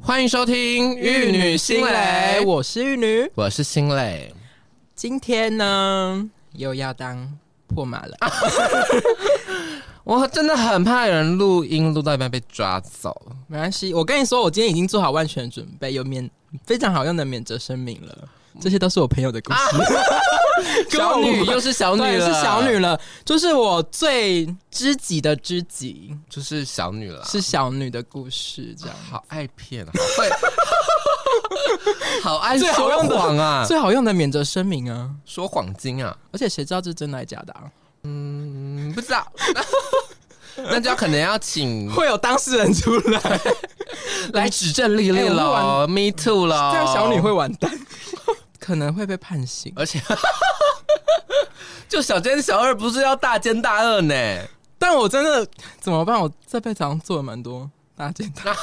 欢迎收听《玉女心蕾》，我我是玉女。我是心蕾，今天呢，又要当破马了。我真的很怕有人录音录到一半被抓走。没关系，我跟你说，我今天已经做好万全准备，有免非常好用的免责声明了。这些都是我朋友的故事，小女又又是小女对，了，是小啊女，了，就是我最知己的知己，就是小女了，是小女的故事，这样。好爱骗，好 会，好爱最好说用的谎啊，最好用的免责声明啊！说谎精啊，而且谁知道这是真的还是假的、啊？嗯，不知道。那就要可能要请会有当事人出来，来指证丽丽哎我录完了、m e too 了， 这样小女会完蛋， 可能会被判刑。而且 就小奸小二不是要大奸大恶呢？但我真的怎么办？我这辈子好像做了蛮多大件大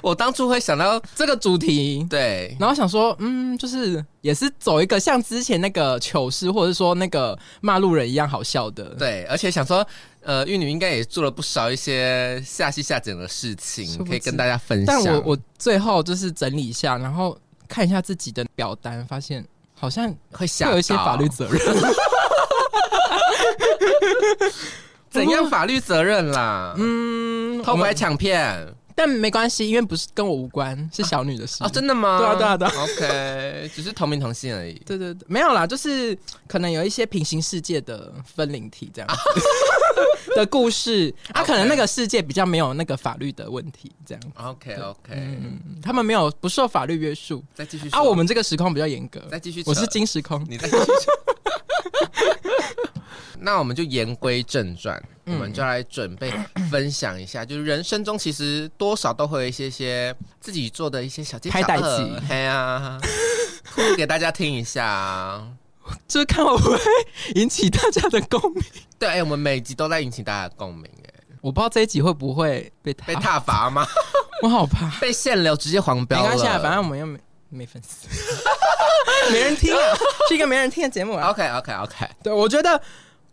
我当初会想到这个主题，对，然后想说，嗯，就是也是走一个像之前那个糗事，或者是说那个骂路人一样好笑的，对，而且想说，呃，玉女应该也做了不少一些下戏下剪的事殊情，不知可以跟大家分享。但我我最后就是整理一下，然后看一下自己的表单，发现好像会想会有一些法律责任。 怎样法律责任啦？嗯，嗯，偷我拐们抢骗但没关系，因为不是跟我无关，是小女的事哦，真的吗？对啊对啊对 OK，只是同名同姓而已。 对对对，没有啦，就是可能有一些平行世界的分灵体这 样子的故事，啊， OK 可能那个世界比较没有那个法律的问题，这样， OK OK，、嗯，他们没有不受法律约束再继续说啊，我们这个时空比较严格，再继续扯，我是金时空， 你再继续说。那我们就言归正传，嗯我们就来准备分享一下，就是人生中其实多少都会有一些些自己做的一些小技巧，拍代记嘿啊，吐露给大家听一下。就是看我会引起大家的共鸣，对，哎、我们每集都在引起大家的共鸣，哎， 我不知道这一集会不会被被他，踏伐 吗？我好怕，被限流直接黄没标了。关系啊，反正我们又没没粉丝， 没人听啊，是一个没人听的节目啊， OK OK OK，对，我觉得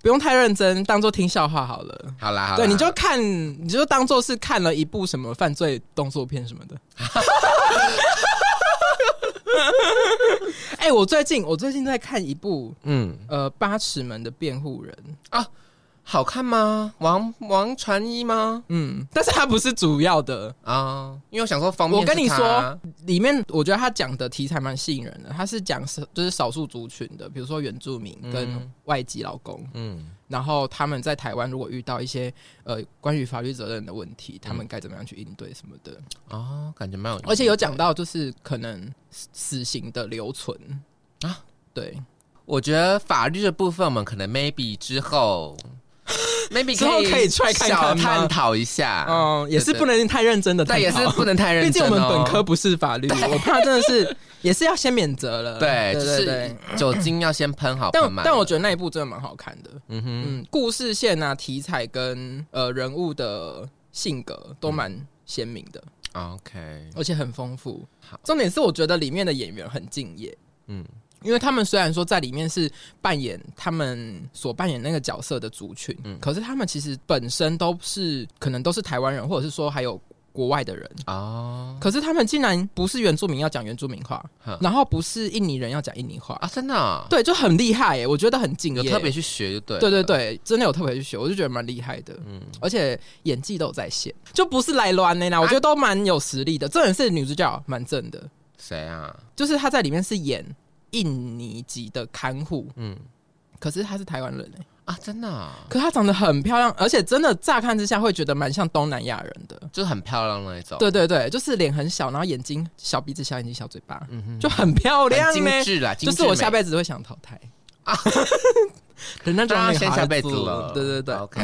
不用太认真，当做听笑话好了。好啦好啦，对，你就看，你就当做是看了一部什么犯罪动作片什么的。 哎、我最近我最近在看一部嗯，呃《八尺门的辩护人》，好看吗？王王传一吗？嗯，但是它不是主要的。啊、因为我想说方便，我跟你说，里面我觉得他讲的题材蛮吸引人的，他是讲是就是少数族群的，比如说原住民跟嗯外籍劳工，嗯然后他们在台湾如果遇到一些呃关于法律责任的问题，嗯他们该怎么样去应对什么的。哦，感觉蛮有意思的，而且有讲到就是可能死刑的留存啊啊，对，我觉得法律的部分，我们可能 maybe 之 后，maybe 之后可以 try 看看小吗探讨一下，嗯，也是对不，能太认真的对但探也讨，是 不能太认毕真、竟哦，我们本科不是法律，我怕真的是也是要先免责了，对，就 对对对是。酒精要先喷好，喷但满但我觉得那一部真的蛮好看的，嗯哼，嗯，故事线啊、题材跟呃人物的性格都蛮鲜明的， OK，而且很丰富好。重点是我觉得里面的演员很敬业，嗯因为他们虽然说在里面是扮演他们所扮演那个角色的族群，嗯可是他们其实本身都是可能都是台湾人，或者是说还有国外的人，哦可是他们竟然不是原住民要讲原住民话哼，然后不是印尼人要讲印尼话，啊，真的哦、对，就很厉害耶，我觉得很敬有业，特别去学就对了，对对对，真的有特别去学，我就觉得蛮厉害的。嗯，而且演技都有在线，就不是来乱啊的啦，我觉得都蛮有实力的。这人是女主角，蛮正的，谁啊？就是她在里面是演印尼籍的看护，嗯可是她是台湾人哎、啊，真的哦、可她长得很漂亮，而且真的乍看之下会觉得蛮像东南亚人的。就是很漂亮那一种，，对对对，就是脸很小，然后眼睛小鼻子、小眼睛、小嘴巴，嗯哼，就很漂亮很精呢、致啦，就是我下辈辈子会想淘汰 啊，可能那种当然女先孩下辈子了，对对对， ，OK。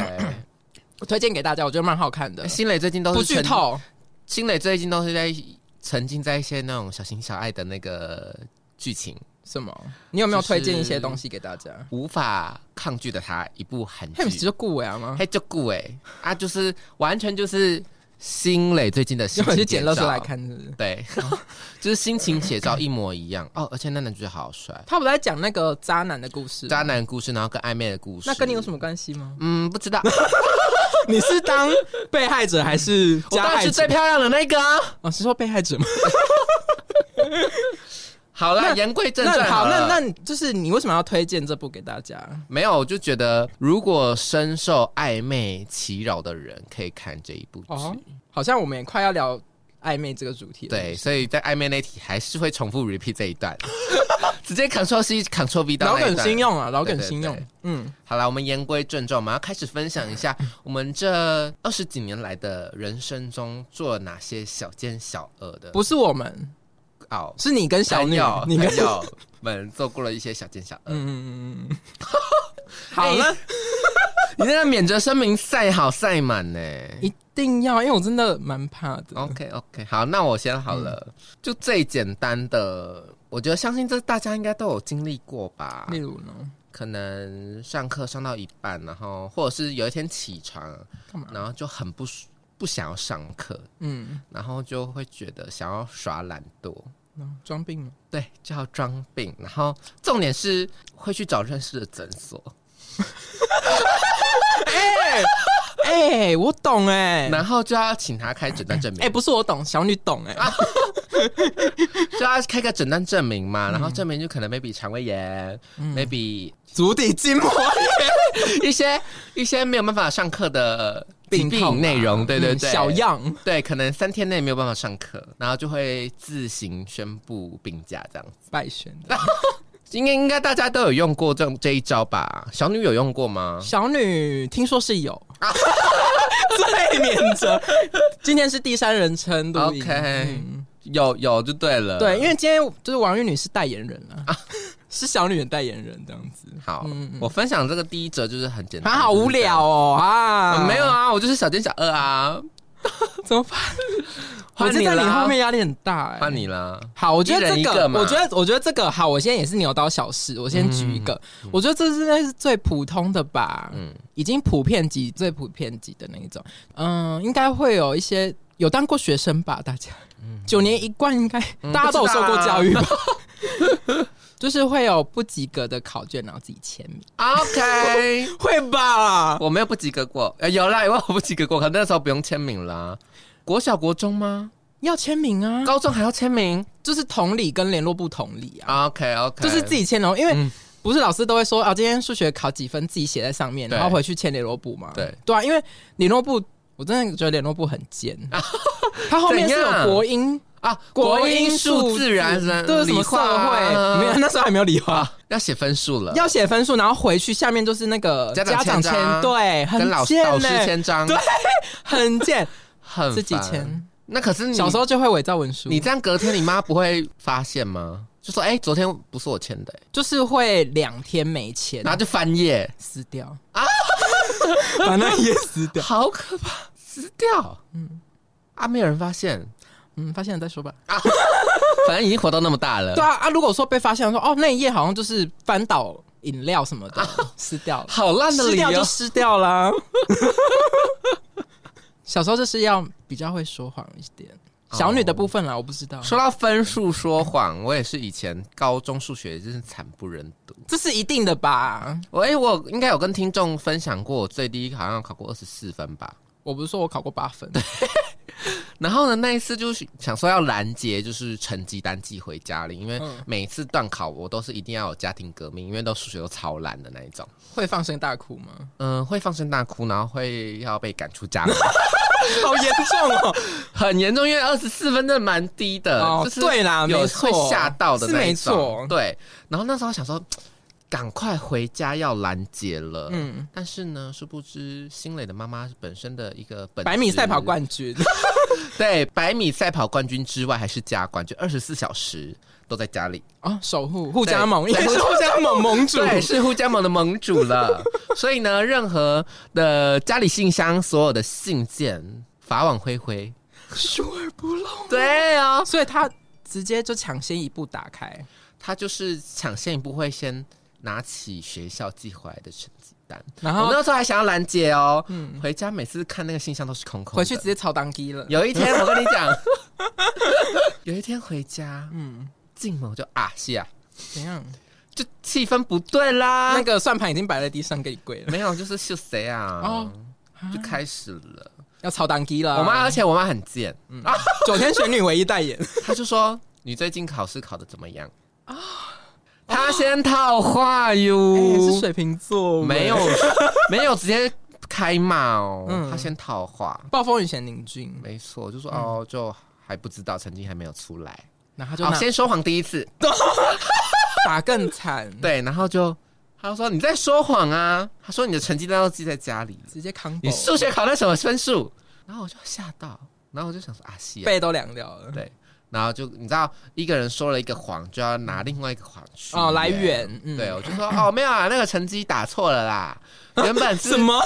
我推荐给大家，我觉得蛮好看的，新磊最哎近都是不剧沉透。新磊最近都是在沉浸在一些那种小情小爱的那个剧情，什么？你有没有就是推荐一些东西给大家？无法抗拒的他一部韩他们是剧，就顾伟啊吗？嘿就顾哎啊，就是完全就是新磊最近的心要不情去捡写垃圾照来，看，是不是？对， 就是心情写照一模一样哦，而且那男主角好帅，他不是在讲那个渣男的故事吗？渣男故事，然后跟暧昧的故事，那跟你有什么？关系吗？嗯，不知道， 你是当被害者还 是我加当然害是最者？漂亮的那个啊。哦，是说被害者吗？好啦，那言归正 那传好，了那那你就是你为什么要推荐这部给大家？没有，我就觉得如果深受暧昧其扰的人，可以看这一部剧。哦，好像我们也快要聊暧昧这个主题了。对，所以在暧昧那题还是会重复 repeat 这一段， 直接 Ctrl C Ctrl V 到老那一梗段新。用啊，老梗对对新对用。嗯，好啦，我们言归正传，我们要开始分享一下我们这二十几年来的人生中做了哪些小奸小恶的不是我们，哦，是你跟小朋鸟，友你跟朋友们做过了一些小奸小恶。 嗯嗯嗯 嗯。好哎了，你那个免责声明晒好晒满呢、一定要，因为我真的蛮怕的。嗯 OK OK，好，那我先好了，就最简单的，我觉得相信这大家应该都有经历过吧例。如呢，可能上课上到一半，然后或者是有一天起床，干嘛？然后就很不舒不想要上课，嗯，然后就会觉得想要耍懒惰，嗯装病吗？对，就要装病。然后重点是会去找认识的诊所，哎、我懂哎、然后就要请他开诊断证明。哎、 不是我懂，小女懂哎、啊就要开个诊断证明嘛，嗯然后证明就可能 maybe 肠胃炎、m a y b e 足底筋膜一些一些没有办法上课的疾病病啊痛内容，对对嗯对，小样。对，可能三天内没有办法上课，然后就会自行宣布病假这样子。败选的应该应该大家都有用过这这一招吧？小女有用过吗？小女听说是有，啊 最免责。今天是第三人称录音嗯 OK 呃有有就对了。对，因为今天就是王玉女是代言人啊，是小女的代言人这样子，好，我分享这个第一则就是很简单，她好无聊就是哦这样。啊！我没有，啊，我就是小奸小恶啊，怎么办？换我你在你啦后面压力很大哎。换你啦。好，我觉得一人一这个嘛我觉得我觉得这个好，我现在也是牛刀小试，我先举一个，我觉得这应该是最普通的吧，嗯嗯，已经普遍级最普遍级的那一种，嗯，应该会有一些有当过学生吧，大家，九年一贯应该、嗯大家都有受过不知道啊教 育吧。 就是会有不及格的考卷，然后自己签名，啊 OK，会吧？我没有不及格过，呃、有啦，有我不及格过，可那时候不用签名啦。国小、国中吗？要签名啊，高中还要签名就是同理跟联络部同理啊， ？OK OK，就是自己签哦，因为嗯不是老师都会说啊，今天数学考几分，自己写在上面，对然后回去签联络簿嘛。对，对啊，因为联络簿，我真的觉得联络簿很 尖，它后面是怎有样国英、啊，国英数自然人对什理么社化啊会，没有，那时候还没有理化，啊，要写分数了，要写分数，然后回去下面就是那个家长家长签签章，对，跟很老师贱导师欸签章，对，很贱， 很自己烦签。那可是你小时候就会伪造文书，你这样隔天你妈不会发现吗？就说哎、昨天不是我签的、欸就是会两天没签，然后就翻页，撕掉啊， 把那页撕 掉，好可怕，撕掉，嗯，啊，没有人发现，嗯，发现了再说吧。反正已经活到那么大了，对啊啊！如果说被发现说哦那一页好像就是翻倒饮料什么的，撕掉了，好烂啊的撕理掉由就，撕掉啦。 小时候就是要比较会说谎一点，小女的部分啦，我不知道，哦说到分数说谎，我也是以前高中数学真是惨不忍睹。这是一定的吧？我哎、我应该有跟听众分享过，我最低好像考过二十四分吧。我不是说我考过 八分，然后呢，那一次就是想说要拦截，就是成绩单寄回家里，因为嗯每次断考我都是一定要有家庭革命，因为都数学都超烂的那一种。会放声大哭吗？嗯、会放声大哭，然后会要被赶出家 门，好严重哦！很严重，因为二十四分真的蛮低的， 哦就是对啦，有没会错，吓到的是那一没种错。对，然后那时候想说，赶快回家要拦截了。嗯。嗯，但是呢，殊不知新蕾的妈妈本身的一个本百米赛跑职冠军，对百米赛跑冠军之外，还是家冠军，二十四小时都在家里，哦，守护互加盟，对应 该是互加盟盟主，对，是互加盟的盟主 了。所以呢，任何的家里信箱所有的信件，法网恢恢。疏而不漏。对 啊、所以他直接就抢先一步打开，他就是抢先一步会先拿起学校寄回来的成绩单。然我后哦那时候还想要拦截哦，回家每次看那个信箱都是空空的。嗯回去直接抄当机了。有一天，我跟你 讲， 有一天回家，嗯，进门我就啊是啊，怎样？就气氛不对啦。那个算盘已经摆在地上给你跪了没有，就是是谁啊？哦就开始了。要超当机了。我妈，而且我妈很贱，九天玄女唯一 代言，她就说：“你最近考试考的怎么样？”啊，她先套话哟，哎是水瓶座，没有没有直接开骂哦，嗯她先套话，暴风雨前宁俊，没错，就说嗯哦，就还不知道，成绩还没有出来。然后他好，就先说谎第一次，拿打更惨，，对，然后就她就说你在说谎啊，她说你的成绩单都记在家里了，直接扛你爆，数学考那什么分数？然后我就吓到，然后我就想说啊，西啊，背都凉掉了。对，然后就你知道一个人说了一个谎，就要拿另外一个谎去哦，来。源，嗯对，，我就说哦，没有啊，那个成绩打错了 啦，原本是什么？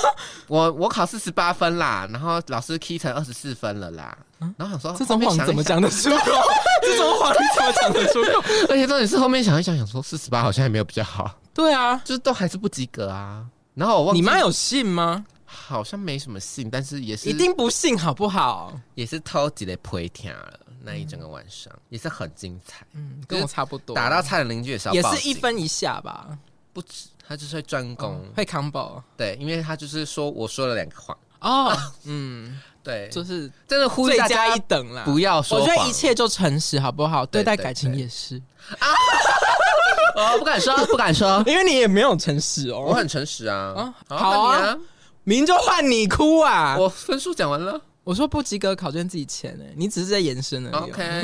我我考四十八分啦，然后老师 key 成二十四分了啦，然后想说啊这种谎怎后么？讲得出口？ 这种谎你怎么讲得出口？面想一想而且重点是后面想一想，想说四十八好像也没有比较好， 对啊，就是都还是不及格啊。然后我忘记你妈有信吗？好像没什么信，但是也是一定不信好不好？也是偷几类陪听了那一整个晚上，也是很精彩，嗯，跟我差不多，打到差点邻居也是要也报是警一分一嗯下吧，不止，他就是会专攻，会扛爆对，因为他就是说我说了两个谎，哦。 嗯，对，就是真的呼吁最大佳家一等啦。不要我说觉谎，得一切就诚实好不好？对对待对感情对也是，哦，不敢说， 不敢说，因为你也没有诚实啊我哦。很诚实啊哦，好好啊换你啊。明就换你哭啊！我我分数讲完了我说不及格考卷自己签呢，你只是在延伸而已哦。 ，OK。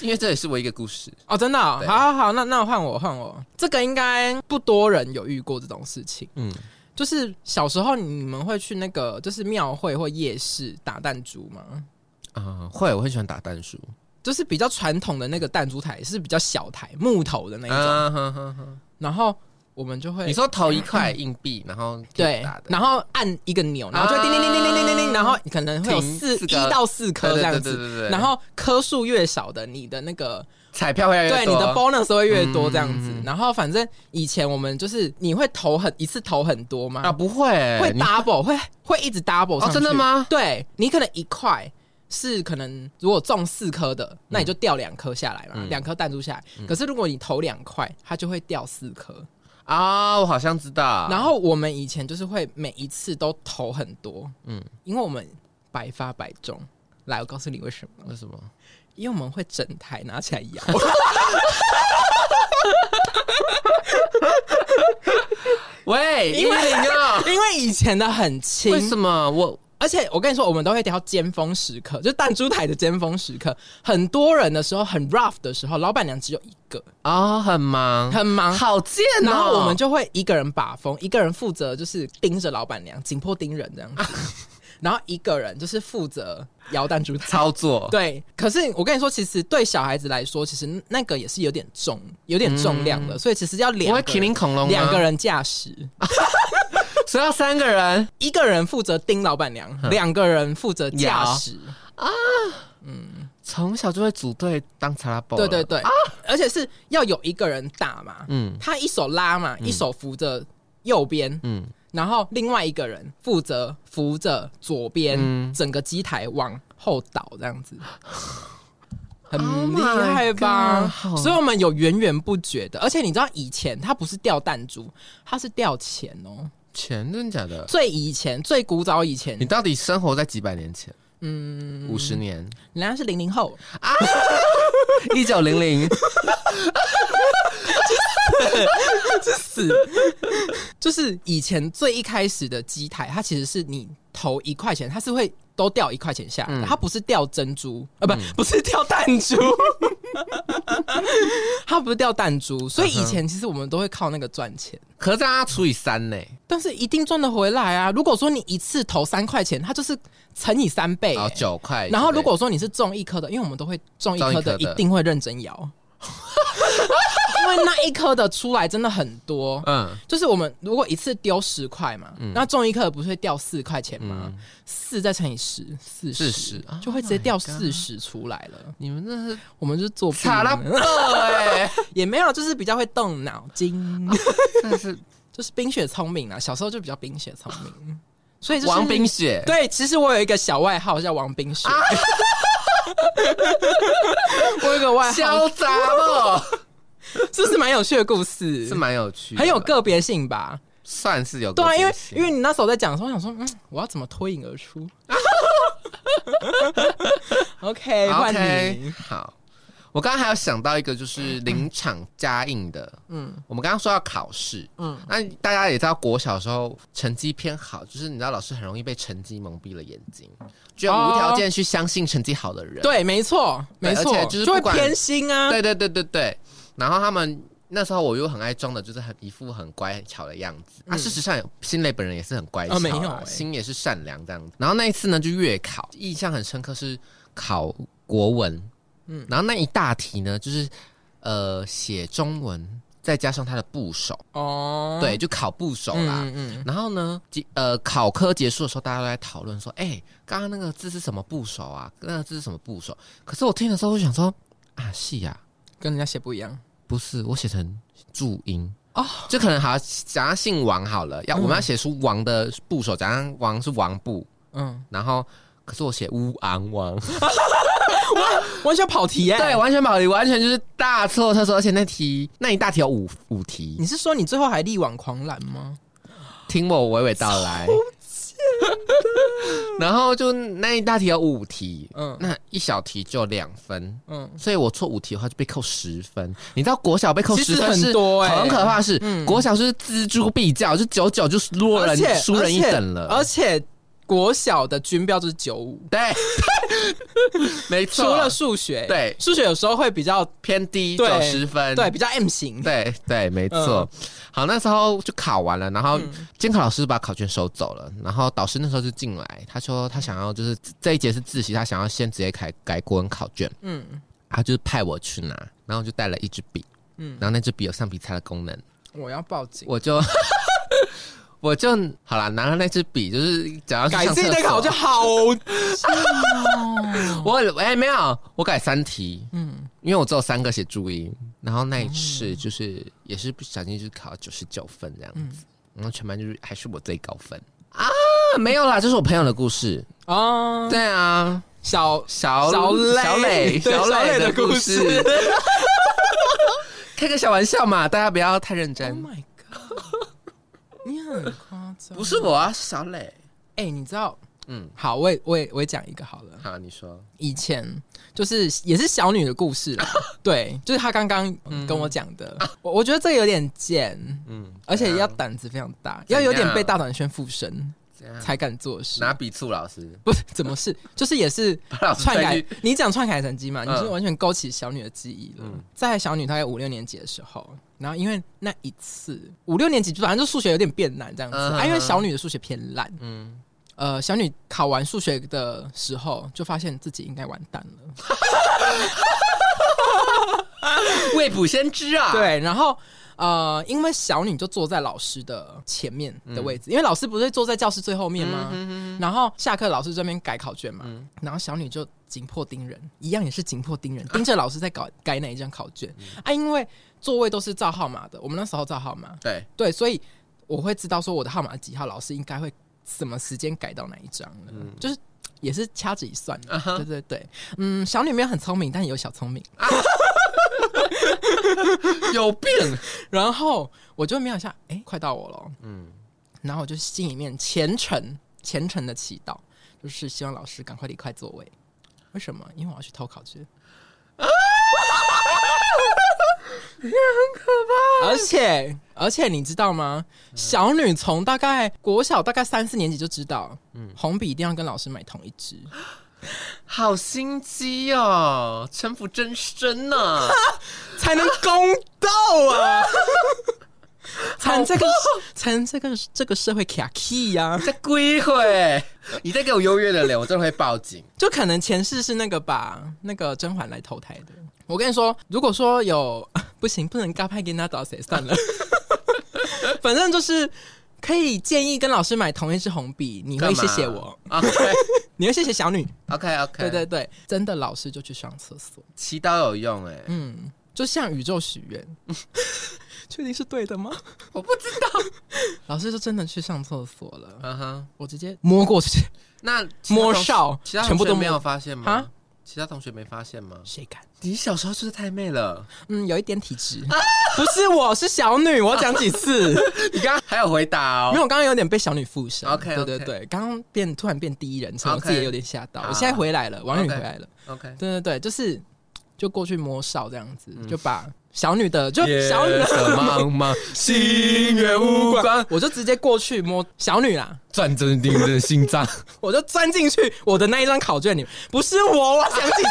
因为这也是我一个故事，哦，真的哦、对好好好，那那换我换我，这个应该不多人有遇过这种事情。嗯，就是小时候你们会去那个就是庙会或夜市打弹珠吗？啊，会，我很喜欢打弹数，就是比较传统的那个弹珠台，是比较小台木头的那一种，啊哼哼哼然后我们就会你说投一块硬币，然后可以对打，的，啊然后按一个钮，然后就叮叮叮叮叮叮叮叮，然后可能会有停四四一个到四颗这样对对子。对对对，然后颗数越少的，你的那个彩票会越来对越多你的 bonus 会越多这样子嗯。然后反正以前我们就是你会投很一次投很多啊，吗？不会，会你 double 会会一直 double 上哦，去真的？吗？对你可能一块是可能如果中四颗的，那你就掉两颗下来嘛，嗯两颗弹珠下来。可是如果你投两块，它就会掉四颗。啊，我好像知道，然后我们以前就是会每一次都投很多，嗯嗯，因为我们百发百中。来，我告诉你为什么，为什么？因为我们会整台拿起来 摇。喂，因为110啊 因为以前的很轻，为什么我而且我跟你说，我们都会挑尖峰时刻，就弹珠台的尖峰时刻，很多人的时候，很 rough 的时候，老板娘只有一个，啊、很忙，很忙。好贱哦、然后我们就会一个人把风，一个人负责就是盯着老板娘，紧迫盯人这样啊子， 然后一个人就是负责摇 弹珠台。操作，对，可是我跟你说，其实对小孩子来说，其实那个也是有点重，有点重量的，所以其实要嗯我两会个麒人麟恐龙啊吗两个，人驾驶，所以要三个人一个人负责盯老板娘，嗯两个人负责驾驶。从小就会组队当查拉波，对对，对，而且是要有一个人打嘛，啊嗯他一手拉嘛，一手扶着右边，嗯，然后另外一个人负责扶着左边，嗯整个机台往后倒 这样子。很 Oh 厉 my 害吧 God，好所以我们有源源不绝的，而且你知道以前它不是掉弹珠，它是掉钱哦。钱真的假的？最以前最古早以前你，到底生活在几百年前？嗯，五十年，人家是零零后， 一九零零，就是以前最一开始的机台，它其实是你投一块钱，它是会都掉一块钱下来的，它不是掉珍珠啊，不、不是掉弹珠，它不是掉弹珠，所以以前其实我们都会靠那个赚钱。可是它除以三呢、但是一定赚得回来啊！如果说你一次投三块钱，它就是乘以三倍、好欸哦九块。然后如果说你是中一颗的，因为我们都会中一颗中的，一颗一的定会认真摇，因为那一颗的出来真的很多。嗯，就是我们如果一次丢十块嘛，那中一克不是会掉四块钱吗？四再乘以十，嗯四40十就会直接掉四十出来了。你们那是我们就是做弊查拉波哎、也没有，就是比较会动脑筋， 真的哎是就是冰雪聪明啊。小时候就比较冰雪聪明， 所以就是王冰。雪，对，其实我有一个小外号叫王冰雪， 我有一个外号，潇洒哦，这是蛮有趣的故事是，蛮有趣的，很有个别性吧。算是有对啊，因为因为为你那时候在讲的时候，我想说，嗯，我要怎么脱颖而出 ？OK，换你 OK，好。我刚刚还有想到一个，就是临场加印的。嗯，我们刚刚说要考试，嗯，那大家也知道，国小的时候成绩偏好，就是你知道老师很容易被成绩蒙蔽了眼睛，就要无条件去相信成绩好的人。对，没错，对没错而且，就是会不管偏心啊。对对对对对。然后他们那时候我又很爱装的，就是很一副很乖巧的样子。啊，事实上新蕾本人也是很乖巧、啊嗯没有欸心也是善良这样子。然后那一次呢，就月考，印象很深刻是考国文，嗯，然后那一大题呢就是呃写中文，再加上他的部首，哦，对，就考部首嗯，啦。嗯嗯，然后呢，结呃，考科结束的时候，大家都在讨论说，哎、刚刚那个字是什么部首啊？那个字是什么部首？可是我听的时候，我就想说，啊，是呀、跟人家写不一样。不是，我写成注音哦哦，嗯就可能好像假如姓王好了，要、我们要写出王的部首，假如王是王部， 嗯，然后可是我写乌昂王，完全跑题 耶、对，，完全保离，完全就是大错特错，而且那题那一大题有五五题，你是说你最后还力挽狂澜吗？听我娓娓道来。 然后就那一大题有五题，嗯嗯，那一小题就两分，嗯，所以我错五题的话就被扣十分。你知道国小被扣其实十分很是多欸很可怕的是，嗯国小就是锱铢必较，就九九就是落人而且输人一等而了。且而且国小的军标就是九五，对，没除错，啊了数学，对数学有时候会比较偏低对九十分，对比嗯较 M 型，对对，没错。好，那时候就考完了，然后嗯监考老师把考卷收走了，然后导师那时候就进来，他说他想要就是这一节是自习，他想要先直接改改国文考卷，嗯他就是派我去拿，然后我就带了一支笔，嗯嗯，然后那支笔有橡皮擦的功能。我要报警，我就我就好啦，拿了那支笔，就是只要是改上自己的厕所考就好。我哎、没有，我改三题，嗯，因为我只有三个写注音，然后那一哦次就是、也是不小心就是考九十九分这样嗯子，然后全班就是还是我最高分啊，没有啦，这是我朋友的故事，啊、对啊，小小小磊小磊对小磊磊的故故事开个小玩笑嘛，大家不要太认，Oh 真， my god，你很夸张，不是我啊，是小磊，哎、你知道，嗯嗯，好，我也我也我也讲一个好了。好，你说，以前就是也是小女的故事啦，对，就是她刚刚跟我讲的，我我觉得这有点贱，嗯，而且怎要样胆子非常大，怎要样有点被大短宣附身怎样才敢做事。拿笔醋老师， 不是怎么是，就是也是把老师 篡推改去。你讲篡改成绩嘛，你就是嗯完全勾起小女的记忆了。嗯在小女大概五六年级的时候，然后因为那一次五六年级，反正就数学有点变难这样子、嗯啊，因为小女的数学偏烂，嗯，呃，小女考完数学的时候，就发现自己应该完蛋了。未卜先知啊，对，然后呃，因为小女就坐在老师的前面嗯的位置，因为老师不是坐在教室最后面吗？然后下课老师这边改考卷嘛，然后小女就紧迫盯人，一样也是紧迫盯人，盯着老师在搞改哪一张考卷、啊，因为座位都是照号码的，我们那时候照号码，对，对，所以我会知道说我的号码几号，老师应该会什么时间改到哪一张了，就是也是掐指一算的对对对，嗯，小女没有很聪明，但有小聪明，有病。然后我就瞄一下，哎、快到我了，嗯，然后我就心里面虔诚虔诚的祈祷，就是希望老师赶快离开座位。为什么？因为我要去偷考卷。啊！很可怕。而且而且你知道吗？小女从大概国小大概三四年级就知道，红笔一定要跟老师买同一支。好心机哦，城府真啊深 呢、 才能公道啊！ 才能这个才能这个这个社会卡 key 呀、你在归回，你再给我优越的脸，我真的会报 警。就可能前世是那个吧，那个甄嬛来投胎的。我跟你说，如果说有 不行，不能嘎派给他找谁算了， 反正就是可以建议跟老师买同一支红笔，你会谢谢我， OK 你会谢谢小女。 OK OK，对对对，真的老师就去上厕所，祈祷有用哎、嗯，就向宇宙许 愿，确定是对的吗？我不知道。老师就真的去上厕所了，嗯哼，我直接摸过去，那其他摸同学哨其他全部同学都没有摸发现吗啊？其其他同学没发现吗？谁敢？你小时候就是太妹了，嗯，有一点体质，啊 不是我是小女，我讲几 次？ 你刚刚还有回答因为哦。我刚刚有点被小女附身。 OK，OK 对对对，刚刚变突然变第一人称，我 OK 自己也有点吓到。好我现在回来了，王宇啊 OK 回来了。 OK，对对对，就是就过去摸哨这样嗯子，就把小女的就小女夜色的。茫茫， 心愿无关，我就直接过去摸小女啦，转正定的心 脏。我就钻进去我的那一张考卷里，不是我，我想几次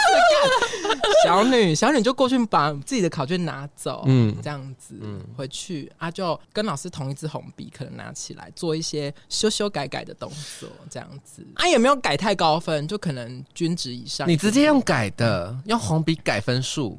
干小女，小女就过去把自己的考卷拿走，嗯嗯，这样子，回去啊，就跟老师同一支红笔，可能拿起来做一些修修改改的动作，这样子啊，也没有改太高分，就可能均值以上。你直接用改的，用红笔改分数，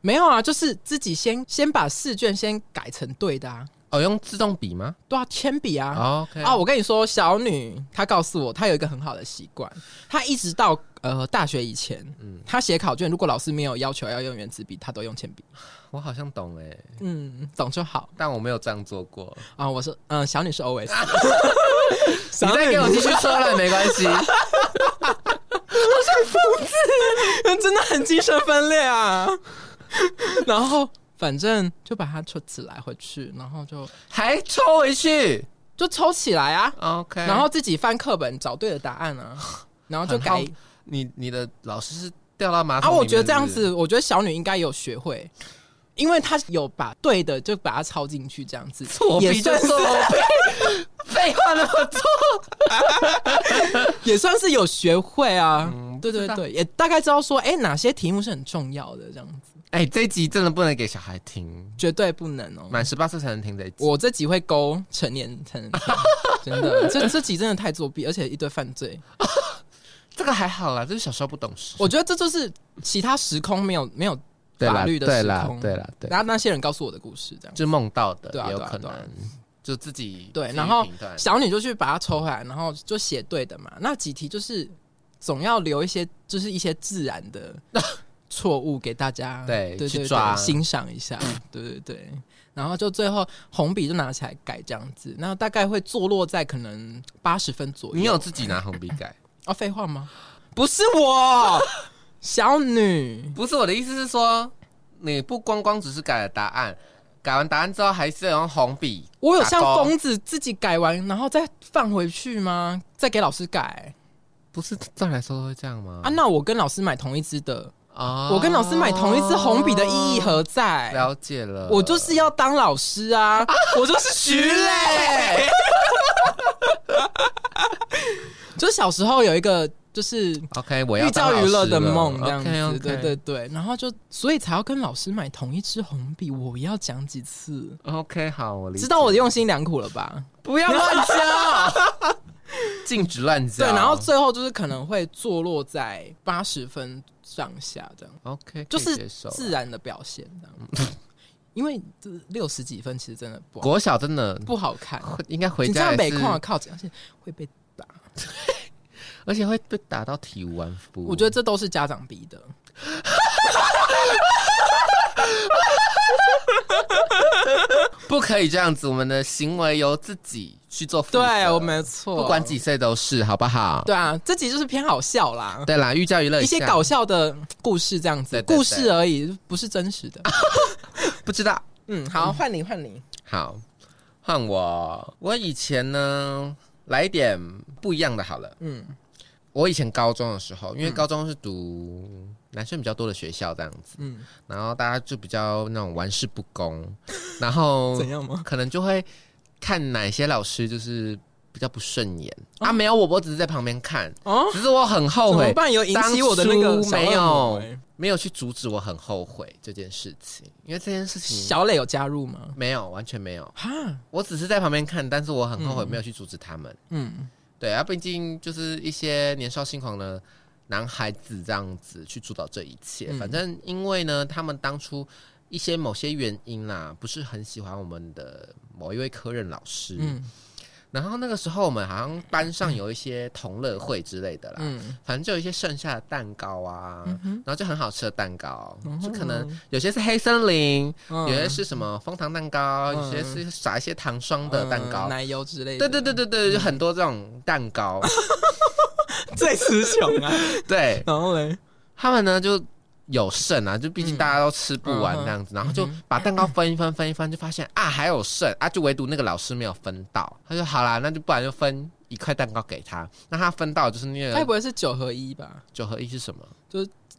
没有啊，就是自己先先把试卷先改成对的啊，哦，用自动笔吗哦对啊，铅笔啊， ？OK，啊，我跟你说，小女她告诉我，她有一个很好的习惯，她一直到呃大学以前，嗯，她写考卷，如果老师没有要求要用圆珠笔，她都用铅笔。我好像懂哎，嗯，懂就好但我没有这样做过。啊。我说，嗯、小女是 always，你小再给我继续说了，没关 系。 真的很精神分裂啊。 然后反正就把它抽起来回去，然后就还抽回去就抽起来啊， ，OK。然后自己翻课本找对的答案啊，然后就改很好你你的老师是掉到马桶啊，里面我觉得这样是子，我觉得小女应该有学会，因为她有把对的就把它抄进去，这样子不是，也我就算是说 废话那么多， 也算是有学会啊。嗯对不知对道对，也大概知道说，哎、哪些题目是很重要的，这样子哎、这一集真的不能给小孩听，绝对不能哦、满十八岁才能听这一集。我这集会勾成年成人真的，这这集真的太作弊，而且一堆犯罪。这个还好啦，就是小时候不懂事。我觉得这就是其他时空没有没有法律的对时啦空，，对啦，对，然后那些人告诉我的故事，这样。就梦到的对啊也有对啊可对啊能，就自己对自己然后评断小女就去把它抽回来，然后就写对的嘛。那几题就是总要留一些，就是一些自然 的错误给大家，对对去对抓嗯对欣赏一下，对对对。然后就最后红笔就拿起来改这样子，那大概会坐落在可能八十分左右。你有自己拿红笔 改？哦？废话吗？不是我， 小女不是我的意思是说，你不光光只是改了答案，改完答案之后还是要用红笔。我有像打勾疯子自己改完，然后再放回去吗？再给老师改不是照理来说都会这样吗啊？？那我跟老师买同一支的，啊我跟老师买同一支红笔的意义何在？了解了，我就是要当老师啊！ 我就是徐磊。 就小时候有一个就是 OK，我要寓教于乐的梦这样子 o k 对对对，然后就所以才要跟老师买同一支红笔，我要讲几次， OK，好，我理解知道我的用心良苦了吧？不要乱教， 禁止乱教。对，然后最后就是可能会坐落在八十分上下这样。 OK，就可以是接受自然的表现这 样子。因为这六十几分其实真的不好国小真的不好看，会应该回你这家样也北是控靠近，而且会被打。而且会被打到体无完肤。我觉得这都是家长逼的。不可以这样子，我们的行为由自己去做负责。对，我没错，不管几岁都是，好不好？对啊，这集就是偏好笑啦，对啦，寓教于乐一下些搞笑的故事这样子，对对对故事而已，不是 真实的。不知道。嗯，好，换你，换你。好，换我。我以前呢，来一点不一样的好了。嗯，我以前高中的时候，因为高中是读男生比较多的学校这样子，嗯，然后大家就比较那种玩世不恭，然 后怎样吗？可能就会看哪些老师就是比较不顺眼、啊。没有我，我只是在旁边看，哦，只是我很后怎悔么，办？有引起我的那当个初小恶魔没有欸没有去阻止，我很后悔这件事情，因为这件事情小磊有加入吗？没有完全没有，哈，我只是在旁边看，但是我很后悔没有去阻止他们。嗯，对啊，毕竟就是一些年少轻狂的男孩子这样子去主导这一切。嗯反正因为呢，他们当初一些某些原因啦，不是很喜欢我们的某一位科任老师。嗯然后那个时候我们好像班上有一些同乐会之类的啦。嗯，反正就有一些剩下的蛋糕啊，然后就很好吃的蛋糕，嗯就可能有些是黑森林，有有些是什么枫糖蛋糕，有些是撒一些糖霜的蛋糕嗯，奶嗯油之类对的。对对对对，就 很多这种蛋糕，对，最词穷啊。对。 然后嘞，他们呢就有剩啊，就毕竟大家都吃不完嗯这样子，然后就把蛋糕分一分分一分，就发现啊还有剩啊，就唯独那个老师没有分到，他说好啦，那就不然就分一块蛋糕给他，那他分到就是那该个不会是九合一吧？九合一是什么？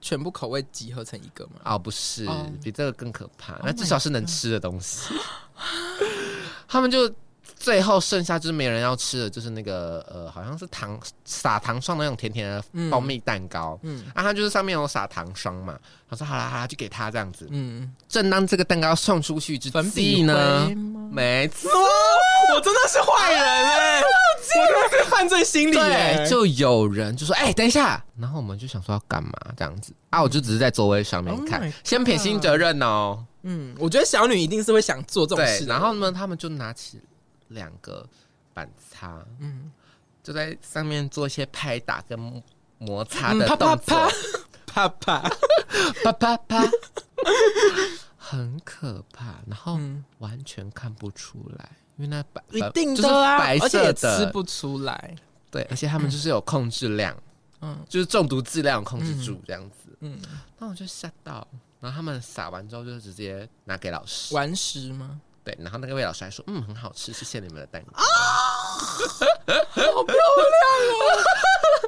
全部口味集合成一个嘛？哦，不是，哦比这个更可怕 Oh，那至少是能吃的东西。 他们就最后剩下就是没人要吃的，就是那个呃，好像是糖撒糖霜的那种甜甜的嗯蜂蜜蛋糕。嗯啊，它就是上面有撒糖霜嘛。他说好啦好啦，就给他这样子。嗯，正当这个蛋糕送出去之粉际笔呢哦灰，吗？没错，我真的是坏人哎、 我真的是犯罪心理哎、欸对，就有人就说：“哎、等一下。”然后我们就想说要干嘛这样子啊？我就只是在座位上面 Oh 看 my 先撇清责任哦。嗯，我觉得小女一定是会想做这种对事，的。然后呢，他们就拿起两个板擦，嗯，就在上面做一些拍打跟摩摩擦嗯的啪动啪作，啪啪啪，啪啪啪，很可怕。然后嗯完全看不出来，因为那白一白定就是的啊，白而且也色吃的，不出来。对，而且他们就是有控制量，嗯就是中毒质量有控制住这样子。嗯，那我就吓到，然后他们撒完之后就直接拿给老师，顽石吗？对，然后那个魏老师还说，嗯，很好吃，谢谢你们的蛋糕。啊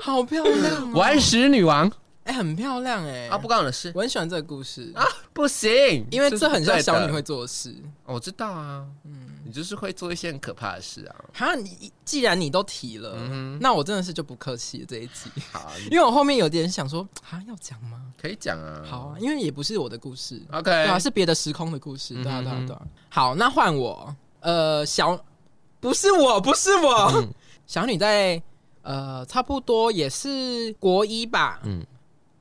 好漂亮、哦，顽石女王哎、很漂亮哎、啊，不关我的事。我很喜欢这个故事啊，不行，因为这很像小女会。会做的事。我知道啊，嗯，你就是会做一些很可怕的事啊。哈，你既然你都提了，嗯那我真的是就不客气了这一集， 好，啊你因为我后面有点想说，啊，要讲吗？可以讲啊。 好啊，因为也不是我的故事， ，OK， 对啊，是别的时空的故事，对啊，嗯哼对啊，对啊。好，那换我，呃，小不是我，不是我，嗯小女在呃，差不多也是国一吧，嗯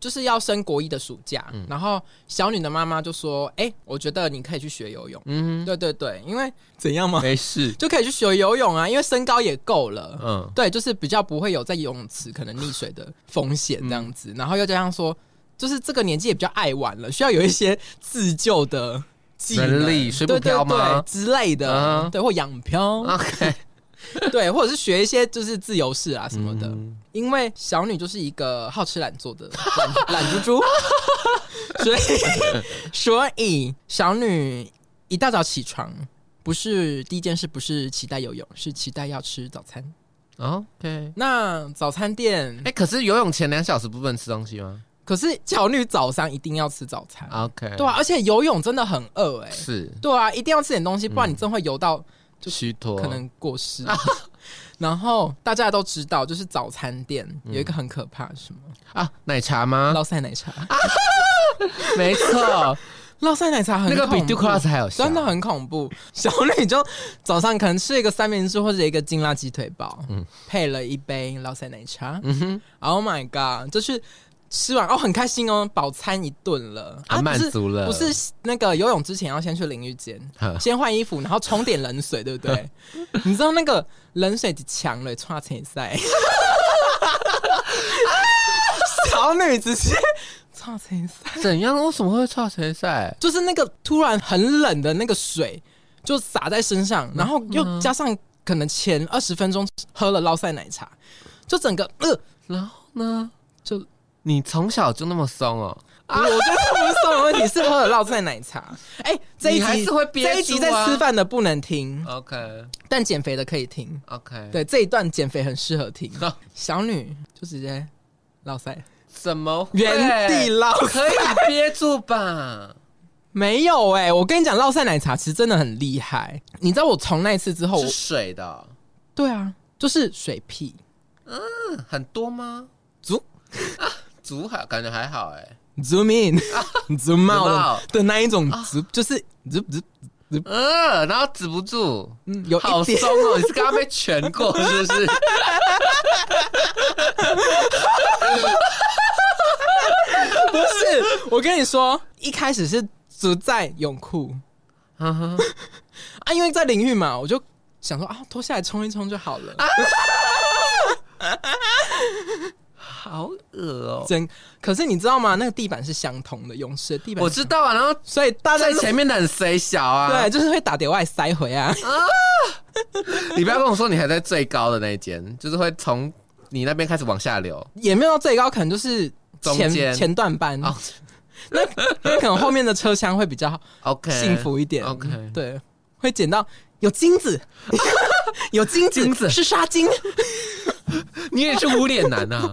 就是要升国一的暑假，然后小女的妈妈就说，哎、我觉得你可以去学游泳，嗯对对对，因为怎样嘛哼，，没事，就可以去学游泳啊，因为身高也够了。嗯，对，就是比较不会有在游泳池可能溺水的风险这嗯样子，然后又加上说，就是这个年纪也比较爱玩了，需要有一些自救的技能能力水母对对漂吗对之类的，嗯对，或仰漂， ，OK，对，或者是学一些就是自由式啊什么的。嗯因为小女就是一个好吃懒做的懒 懒猪猪， 所以 所以小女一大早起床，不是第一件事不是期待游泳，是期待要吃早餐。嗯，OK。那早餐店，哎，可是游泳前两小时不能吃东西吗可是小女早上一定要吃早餐， ？OK，对啊，，而且游泳真的很饿哎、是对啊，一定要吃点东西，不然你真会游到就虚脱，可能过世。 然后大家都知道，就是早餐店有一个很可怕的什么啊，奶茶吗？捞塞奶茶， 没错，捞塞奶茶很那个比恐怖 Do Class 还有效真的很恐怖。小女就早上可能吃一个三明治或者一个金辣鸡腿堡，嗯配了一杯老塞奶茶。嗯哼， Oh my god！就是吃完哦，很开心哦，饱餐一顿了很啊满啊不是足了，不是那个游泳之前要先去淋浴间，呵先换衣服，然后冲点冷水，对 不对？你知道那个冷水强了，刷前赛， 小女直接刷前赛。怎样？为什么会差决赛？就是那个突然很冷的那个水就洒在身嗯上，然后又加上可能前二十分钟喝了捞塞奶茶，就整个呃，然后呢？就你从小就那么松哦？我觉得不是送的问题，是喝了捞塞奶茶。 哎、这一你还集是会憋住啊这一集在吃饭的不能听， OK 但减肥的可以听。 OK，，对，这一段减肥很适合听。小女就直接捞塞，怎么会原地捞。可以憋住 吧？没有哎、我跟你讲，捞塞奶茶其实真的很厉害。你知道我从那一次之后，我是水的哦、对啊，就是水屁。嗯很多吗？足足还感觉还好哎、 zoom in、zoom Zoom out out 啊的那一种 zoom，就是 zoom zoom，嗯，然后止不住，嗯有好一松点哦！你是刚刚被拳过是 不是？不是。 我跟你说，一开始是足在泳裤嗯哼啊，因为在淋浴嘛，我就想说啊，脱下来冲一冲就好了。啊好恶哦！整可是你知道吗？那个地板是相同的，泳池的地板，我知道啊，然后所以大家在就前面的很水小啊。对，就是会打点外塞回啊。对，你不要跟我说你还在最高的那一间，就是会从你那边开始往下流。也没有到最高，可能就是中前间前段班，哦 那那可能后面的车厢会比较 OK，幸福一点。嗯 OK 对，会捡到有 金子，有金子，金子是纱巾，你也是无脸男啊，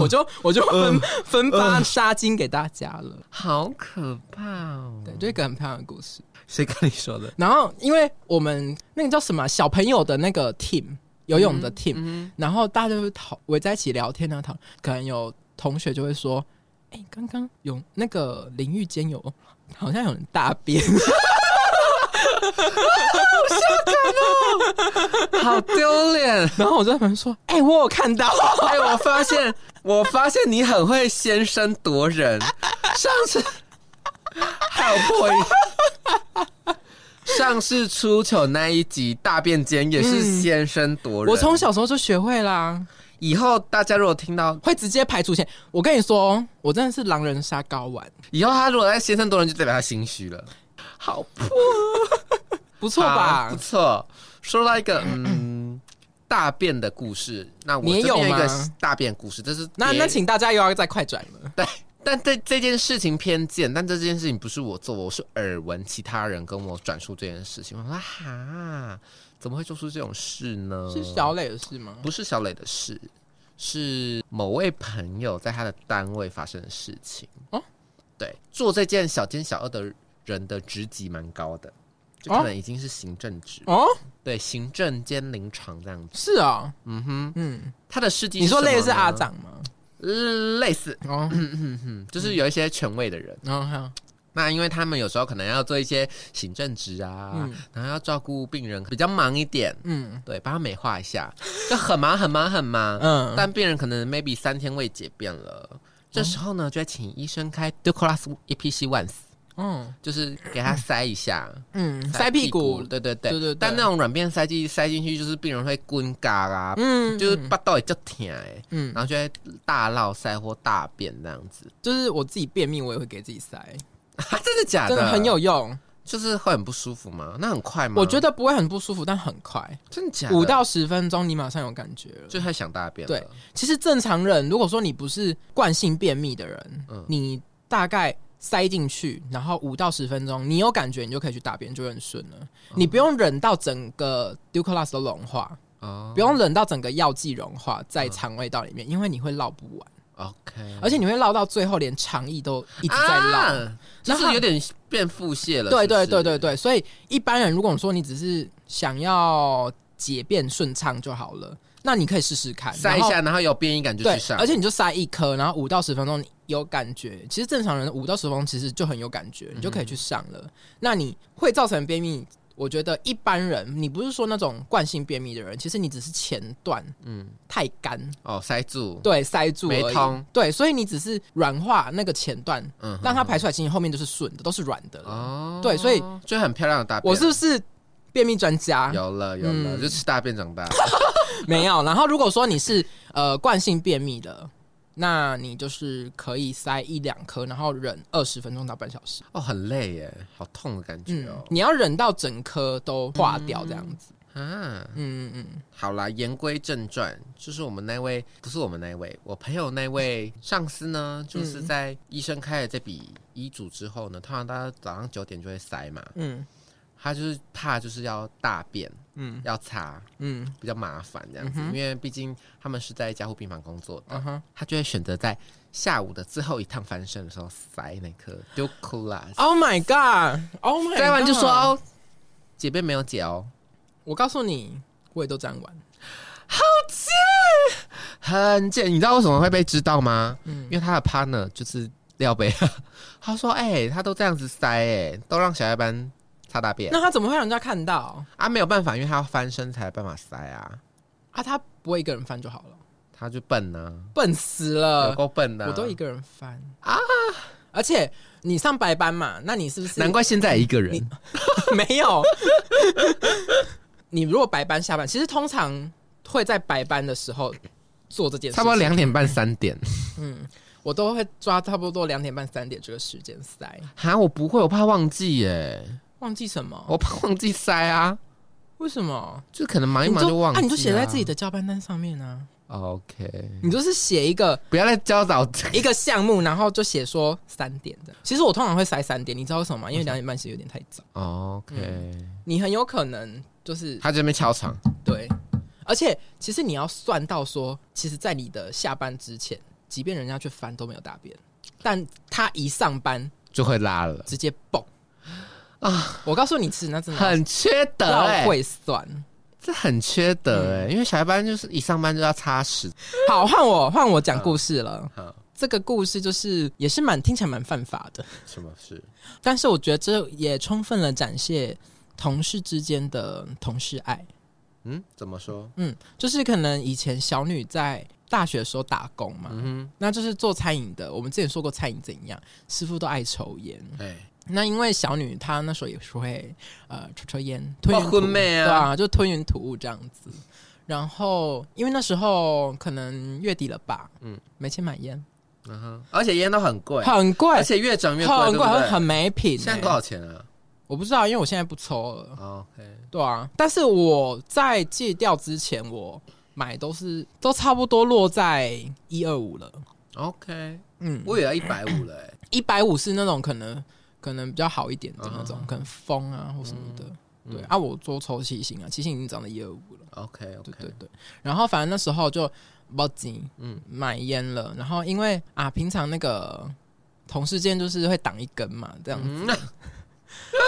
我就我就嗯分、分发纱巾给大家了。 好可怕哦！对，就一个很漂亮的故事。谁跟你说的？然后，因为我们那个叫什么啊小朋友的那个 team 游泳嗯的 team，、然后大家就会讨围在一起聊天啊，讨可能有同学就会说：“哎、刚刚有那个淋浴间有好像有人大便。 好丢脸！”然后我就在旁边说：“哎、我有看到。哎，我发现， 我发现你很会先声夺人。上 次还有破音。上次出糗那一集大便间也是先声夺”人。我从小时候就学会啦，以后大家如果听到，会直接排除线。我跟你说，哦我真的是狼人杀高玩，以后他如果在先声夺人，就代表他心虚了。好破不错吧啊不？错。说到一个嗯大便的故事，那我你也这边有一个吗大便故事，这是那别那请大家又要再快转了。 对，但这这件事情偏见，但这件事情不是我做，我是耳闻其他人跟我转述这件事情。我说哈，怎么会做出这种事呢？是小磊的事吗？不是小磊的事，是某位朋友在他的单位发生的事情。哦哦，对，做这件小奸小恶的人的职级蛮高的，就哦可能已经是行政职，哦，对，行政兼临床这样子。是啊、嗯哼，嗯，他的事迹你说什么类似阿呢，长吗？类似，哦，嗯，就是有一些权位的人。然后还有那因为他们有时候可能要做一些行政职啊，嗯然后要照顾病人，比较忙一点，嗯对，帮他美化一下，就很忙很忙很忙。嗯，但病人可能 maybe 三天未解便了，这时候呢，就要请医生开 d u c l a s EPC One，嗯就是给他塞一下。嗯，塞屁股，对对对对对对但那种软便塞剂塞进去，就是病人会滚嘎啦，嗯，就是巴到也就疼哎，嗯，然后就会大落塞或大便这样子， 啊就是我自己便秘，我也会给自己塞，真的假真的很，有用。就是会很不舒服吗？那很快吗？我觉得不会很不舒服，但很快，真的假的？五到十分钟你马上有感觉了。就太想大便了。对，其实正常人，如果说你不是惯性便秘的人，嗯你大概塞进去，然后五到十分钟，你有感觉，你就可以去大便，就会很顺了。嗯你不用忍到整个 d u c l a s 都融化，哦不用忍到整个药剂融化在肠胃道里嗯面，因为你会绕不完。 OK，而且你会绕到最后，连肠意都一直在绕。嗯啊就然后是有点变腹泻了。对是不对是对对，对，所以一般人如果说你只是想要解便顺畅就好了，那你可以试试看，塞一然后下，然后有便意感就对去，上。而且你就塞一颗，然后五到十分钟你有感觉。其实正常人五到十分钟其实就很有感觉，你就可以去上嗯了。那你会造成便秘，我觉得一般人，你不是说那种惯性便秘的人，其实你只是前段嗯，太干，哦，塞住。对，塞住而已没通，对，所以你只是软化那个前段，嗯哼让它排出来，其实后面都是顺的，都是软的了。哦，对所以就很漂亮的大便。我是不是便秘专家？有了有了，嗯就吃大便长 大。没有。然后如果说你是呃惯性便秘的，那你就是可以塞一两颗，然后忍二十分钟到半小时。哦，很累耶，好痛的感觉嗯哦，。你要忍到整颗都化掉这样子。啊，嗯嗯嗯，好啦，言归正传，就是我们那位不是我们那位，我朋友那位上司呢，嗯就是在医生开了这笔医嘱之后呢，通常大家早上九点就会塞嘛，嗯他就是怕就是要大便，嗯嗯，要擦嗯比较麻烦这样子，嗯哼因为毕竟他们是在加护病房工作的，嗯哼。他就会选择在下午的最后一趟翻身的时候塞那颗丢哭啦， Oh my god！Oh my，god 塞完就说、啊哦、姐便没有解哦，我告诉你，我也都这样玩。很贱，你知道为什么会被知道吗？嗯因为他的 partner 就是廖贝， 他说哎、他都这样子塞哎、都让小夜班擦大便那他怎么会让人家看到啊，没有办法，因为他要翻身才有办法塞啊，啊？他不会一个人翻就好了，他就笨呢、笨死啊，了有。够笨的、啊，呃我都一个人翻啊！而且你上白班嘛，那你是不是难怪现在一个人你 没有？你如果白班下班，其实通常会在白班的时候做这件事情，差不多两点半三点。 我都会抓差不多两点半三点这个时间塞，哈，我不会，我怕忘记耶，忘记什么？我怕忘记塞啊，为什么？就可能忙一你忙就忘啊记、啊哦啊，你就写在自己。的交班单上面啊。 OK，你就是写一个不要再教导一个项目，然后就写说三点的。其实我通常会塞三点，你知道为什么吗？因为两点半其实有点太早，哦 OK，、你很有可能就是他这边敲场，对，而且其实你要算到说，其实，在你的下班之前，即便人家去翻都没有大便，但他一上班就会拉了，直接蹦啊！我告诉你，其实那真的很缺德哎、要会嗯算。这很缺德哎、因为小班就是一上班就要擦屎，啊好，换我换我讲故事了。好，这个故事就是也是蛮听起来蛮犯法的，什么事？但是我觉得这也充分了展现同事之间的同事爱。嗯，怎么说？嗯，就是可能以前小女在大学的时候打工嘛，嗯那就是做餐饮的。我们之前说过餐饮怎样，师傅都爱抽烟。哼，哎、那因为小女她那时候也是会呃抽抽烟，吞云吐昏雾妹啊对啊，就吞云吐雾这样子。然后因为那时候可能月底了吧，嗯嗯，没钱买烟，嗯哼，而且烟都很贵，很贵而，且越涨越贵，很对不贵，对？很没品、现在多欸。少钱啊我不知道，因为我现在不抽了。哦？OK，对啊，但是我在戒掉之前，我买都是都差不多落在一二五了。 OK，嗯，我也要一百五了、欸，一百五是那种可能可能比较好一点的那种，嗯可能风啊或什么的。嗯对嗯啊，我做抽七星啊，七星已经涨到一二五了。 OK 对 OK，对对，然后反正那时候就报警，嗯嗯，买烟了。然后因为啊，平常那个同事间就是会挡一根嘛，这样。嗯，那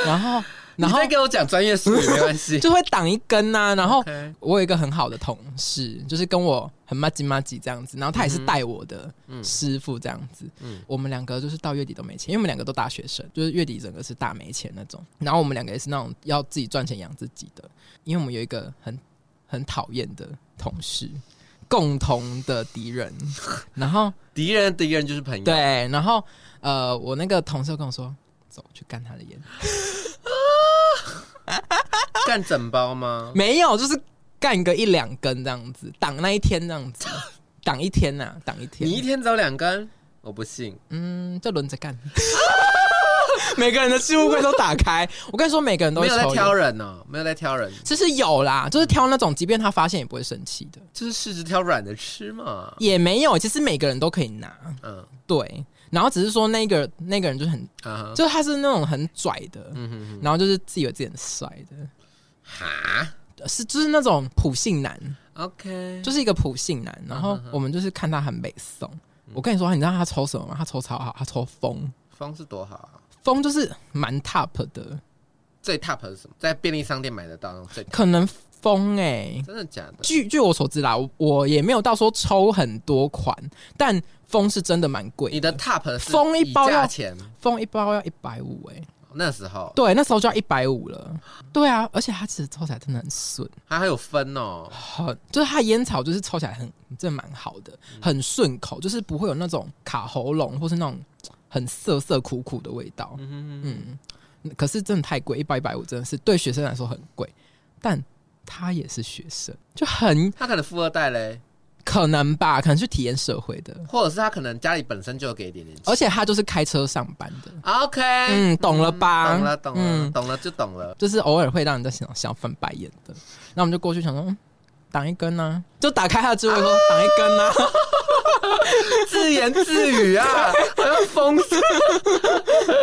然后然你后再跟我讲专业术语没关系。 就会挡一根呐、然后 OK，我有一个很好的同事，就是跟我很麻吉麻吉这样子，然后他也是带我的嗯师傅这样子。嗯我们两个就是到月底都没钱，因为我们两个都大学生，就是月底整个是大没钱那种。然后我们两个也是那种要自己赚钱养自己的，因为我们有一个很很讨厌的同事，共同的敌人。然后敌人的敌人就是朋友。对，然后呃，我那个同事跟我说：“走去干他的烟。”干整包吗？没有，就是干个一两根这样子，挡那一天这样 子，挡一天呐、啊挡一你一天，天走两根，我不信。嗯，就轮着 干。每个人的置物柜都打开，我跟你说，每个人都没会有在抽挑烟。人哦，没有在挑人，其实有啦，就是挑那种，即便他发现也不会生气的，就是试着挑软的吃嘛。也没有。其实每个人都可以拿，嗯对。然后只是说那个那个人就是很，啊哈，就是他是那种很拽的，嗯哼然后就是自己有自己很帅哼，哈的，是就是那种普信男，嗯，OK，就是一个普信男，然嗯后我们就是看他很北宋。我跟你说，你知道他抽什么吗？他抽超好，他抽风，风是多好啊，风就是蛮 top 的，最 top 的是什么？在便利商店买得到那种最 top，可能风哎、真的假的？据据我所知啦，我我也没有到说抽很多款，但风是真的蛮贵你的 top 是风一包以要价钱，风一包要一百五哎，那时候对，那时候就要一百五了。对啊，而且他其实抽起来真的很顺，它还有分哦。很就是他烟草就是抽起来很真的蛮好的，很顺口，就是不会有那种卡喉咙或是那种很涩涩苦苦的味道。嗯哼嗯，可是真的太贵，一百一百五真的是对学生来说很贵，但他也是学生，就很他可能富二代嘞，可能吧，可能去体验社会的，或者是他可能家里本身就有给一点点钱。而且他就是开车上班的， OK，嗯，懂了吧？懂了，懂了，嗯，懂了就懂了。就是偶尔会让人家想想翻白眼的，那我们就过去想说，嗯，挡一根呢、就打开他的智慧 说挡一根啊呢、自言自语啊， 好像疯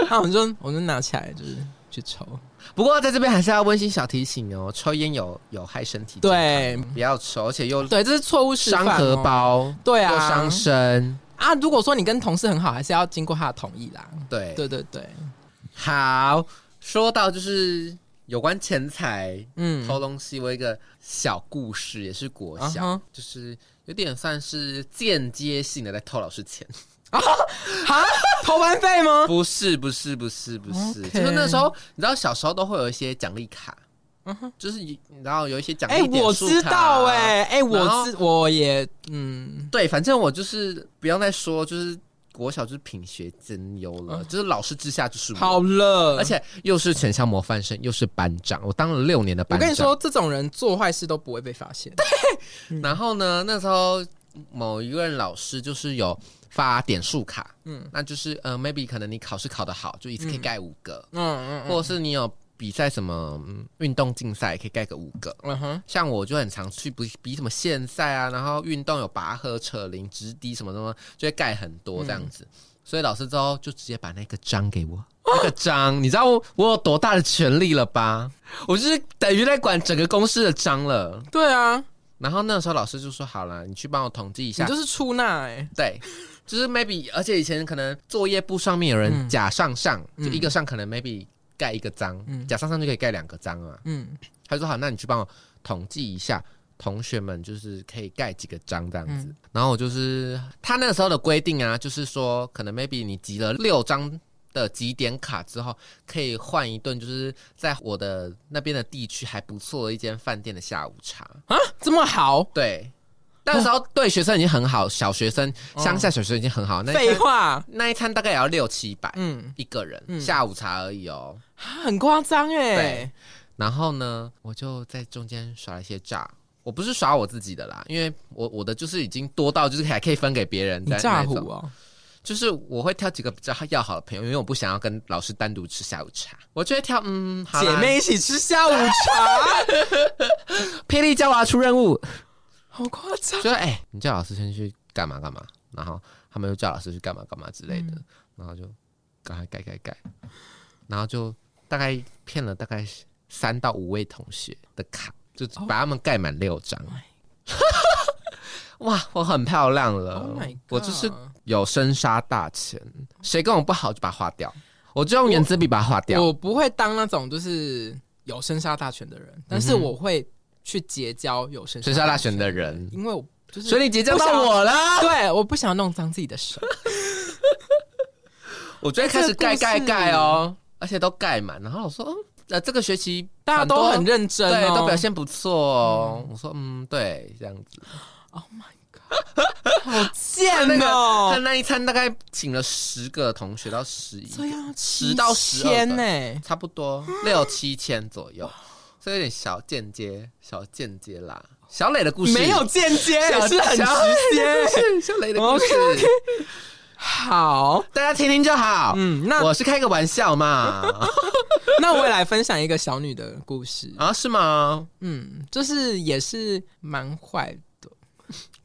然后我们就我们就拿起来就是去抽，不过在这边还是要温馨小提醒哦，抽烟有有害身体，，对不要抽，而且又对，这是错误示范、伤哦，荷，包，对又啊，伤身，啊，如果说你跟同事很好，还是要经过他的同意啦。对。对对对，好，说到就是有关钱财嗯，偷东西，我有一个小故事，也是国小啊哈就是有点算是间接性的在偷老师钱，哈，投完费吗？ 不是，不是，不是，不是 OK 就是那时候你知道小时候都会有一些奖励卡。就是你知道有一些奖嗯哎、励点我数知卡啊道、哎、哎、然我后知，我也，嗯，对，反正我就是不要再说，就是国小就是品学兼优了，就是老师之下就是我，嗯好了。而且又是全校模范生，又是班长，我当了六年的我班长。跟你说，嗯这种人做坏事都不会被发现。然后呢，那时候某一任老师就是有发点数卡，嗯嗯，那就是呃，maybe 可能你考试考得好，就一次可以盖五个，嗯嗯嗯，或者是你有。比赛什么嗯运动竞赛，可以盖个五个。嗯哼，像我就很常去比比什么县赛啊，然后运动有拔河、扯铃、直笛什么什么，就会盖很多这样子。所以老师之后就直接把那个章给我，那个章，你知道我我有多大的权利了吧？我就是等于在管整个公司的章了。对啊，然后那个时候老师就说：“好了，你去帮我统计一你下。就是出纳哎，对，就是 maybe，而且以前可能作业簿上面有人嗯假上上，嗯就一个上可能 maybe 盖一个章，嗯假上上就可以盖两个章啊。嗯他就说好，那你去帮我统计一下同学们就是可以盖几个章这样子。嗯然后我就是他那个时候的规定啊，就是说可能 maybe 你集了六张。的几点卡之后，可以换一顿，就是在我的那边的地区还不错的一间饭店的下午茶。啊，这么好，对，那时候对学生已经很好，小学生、乡下小学生已经很好。那一哦废餐话，那一餐大概也要六七百、嗯，一个人，嗯下午茶而已哦。啊很夸张哎对，然后呢，我就在中间耍了一些诈。我不是耍我自己的啦，因为我我的就是已经多到就是还可以分给别人你的诈那唬种，哦，就是我会挑几个比较要好的朋友，因为我不想要跟老师单独吃下午茶，我就会挑嗯好啦姐妹一起吃下午茶，霹雳娇娃出任务，好夸张，就是哎、你叫老师先去干嘛干嘛，然后他们又叫老师去干嘛干嘛之类的，嗯然后就赶快改改改，然后就大概骗了大概三到五位同学的卡，就哦把他们盖满六张。，Oh 哇，我很漂亮了 Oh my 呃我就是 God 有生杀大权，谁跟我不好就把它划掉，我就用圆珠笔把它划掉。我不会当那种就是有生杀大权的人，但是我会去结交有生嗯生杀大权权的人，因为我就是所以你结交不想到我了。对，我不想弄脏自己 的手。我就会开始盖盖盖哎哦，而且都盖满。然后我说，嗯，呃，这个学期大家都多很认真、哦，对，都表现不错哦。我说，嗯，对，这样子。他那好贱个他哦。那一餐大概请了十个同学到十一，这样10到12天个呢、差不多六七千左右，所以有点小间接，小间接啦。小磊的故事没有，间接，小是很直接。是小磊的故事，好，大家听听就好。嗯，那我是开个玩笑嘛，那我也来分享一个小女的故事。啊，是吗？嗯，就是也是蛮坏的，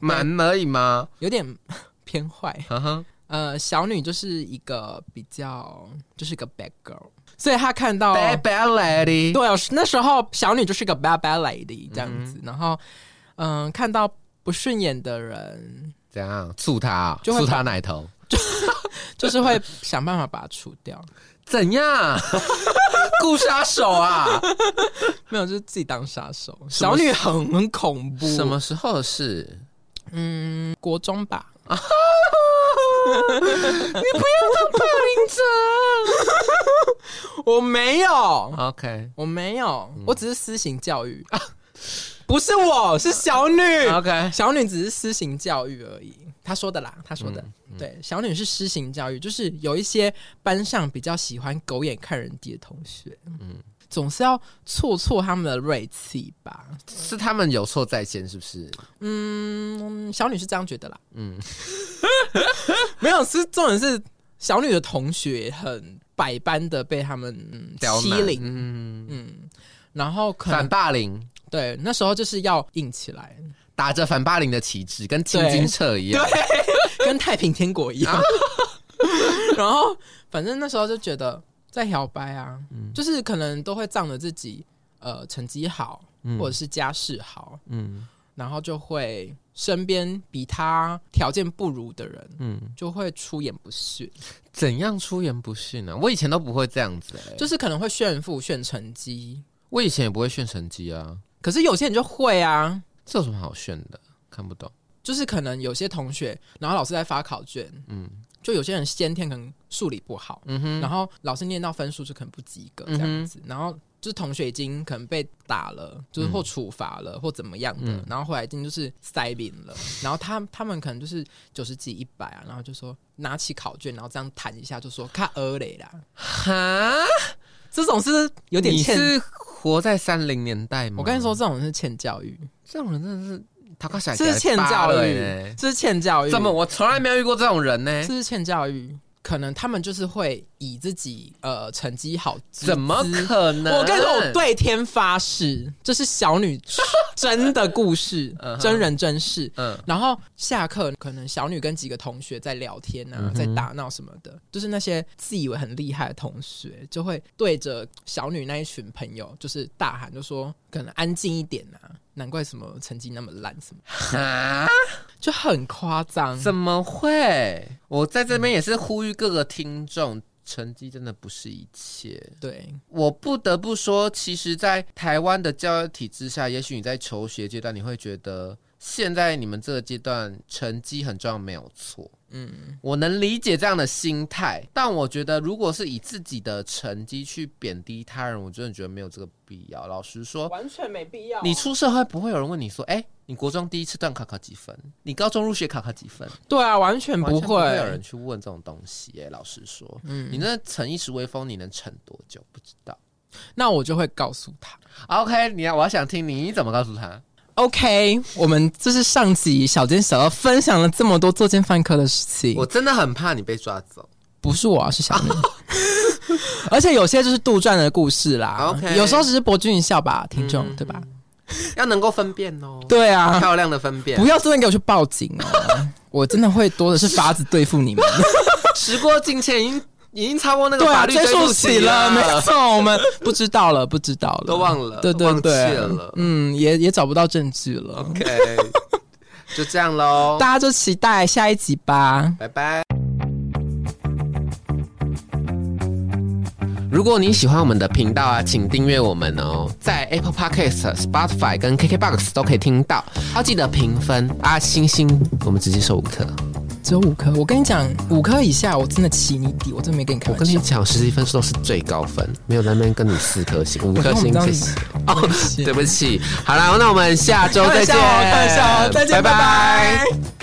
蛮而已吗？有点 偏坏。哈哈，呃，小女就是一个比较，就是一个 bad girl，所以她看到 bad bad lady，对，那时候小女就是个 bad bad lady 这样子，然后嗯、看到不顺眼的人，怎样醋他啊、就会醋他奶头？就是会想办法把她除掉，怎 样？雇杀手 啊？没有，就是自己当杀手。什么小女很很恐怖，什么时候的事？嗯，国中吧，我没 有， OK 我没有，我只是私行教育， 不是我是小女。 OK，小女只是施行教育而已，她说的啦，她说的。对，小女是施行教育，就是有一些班上比较喜欢狗眼看人低的同学，嗯，总是要挫挫他们的锐气吧。是他们有错在先，是不是？嗯，小女是这样觉得啦。嗯， 没有，是重点是小女的同学很百般的被他们、嗯刁欺难凌，嗯，嗯，然后可反能霸凌，对那时候就是要硬起来，打着反霸凌的旗帜，跟青金册一样。跟太平天国一样。 然后反正那时候就觉得在摇摆啊，嗯就是可能都会仗着自己呃成绩好，或者是家世好，嗯然后就会身边比他条件不如的人。嗯，就会出言不逊，怎样出言不逊呢、我以前都不会这样子、欸，就是可能会炫富、炫成绩。我以前也不会炫成绩啊，可是有些人就会啊，这有什么好炫的？看不懂。就是可能有些同学，然后老师在发考卷，嗯就有些人先天可能数理不好，嗯哼，嗯然后老师念到分数就可能不及格这样子，然后就是同学已经可能被打了，就是或处罚了、或怎么样的，嗯然后后来已经就是塞饼了，然后他他们可能就是九十几一百啊，然后就说拿起考卷，然后这样弹一下，就说看鹅嘞啦，哈，这种是有点你欠。是活在三零年代吗？我跟你说，，这种是欠教育，这种人真的是他快想这是欠教育欸，这是欠教育，怎么我从来没有遇过这种人呢、这是欠教育？可能他们就是会以自己呃成绩好之怎么资可能？我跟你说，我对天发誓，这是小女 真的故事嗯，哼真人真事。嗯然后下课，可能小女跟几个同学在聊天嗯啊，在打闹什么的，就是那些自以为很厉害的同学，就会对着小女那一群朋友，就是大喊，就说可能安静一点啊，难怪什么成绩那么烂，什么哈，就很夸张。怎么会？我在这边也是呼吁各个听众，成绩真的不是一切。对，我不得不说，其实，在台湾的教育体制下，也许你在求学阶段，你会觉得现在你们这个阶段成绩很重要，没有错。嗯，我能理解这样的心态，但我觉得，如果是以自己的成绩去贬低他人，我真的觉得没有这个必要。老实说，完全没必要啊你出社会不会有人问你说：“哎、你国中第一次段考考几分？你高中入学考考几分？”对啊，完全完全不不会。会有人去问这种东西、耶。老实说，嗯，你那逞一时威风，你能逞多久？不知道。那我就会告诉他。 OK，你要，我要想听你怎么告诉他。 OK，我们这是上集小尖小二分享了这么多作奸犯科的事情我，真的很怕你被抓走。不是我、啊，是小明。 而且有些就是杜撰的故事啦 OK 嗯有时候只是博君一笑吧，听众、对吧？要能够分辨哦，对啊，漂亮的分辨不。要真的给我去报警 哦，我真的会多的是法子对付你们。时过境迁，已经已经超过那个对 法啊，律追溯溯起了，了，没错，我们 不知道了，不知道了，啊都忘了对对忘记对，了嗯，也也找不到证据了。 OK，就这样喽大，家就期待下一集吧。拜拜。如果你喜欢我们的频道啊，请订阅我们哦，在 Apple Podcast、Spotify 跟 KKBox 都可以听到。要记得评分啊，星星，我们直接收五颗。只有五颗。我跟你讲，五颗以下我真的起你底，我真的没跟你开我玩跟你笑。讲，实际分数都是最高分，没有在那边跟你四颗星、五颗星， 谢谢。哦，对不起，好啦，那我们下周开再见，玩 笑哦，开玩笑哦，再拜见，拜拜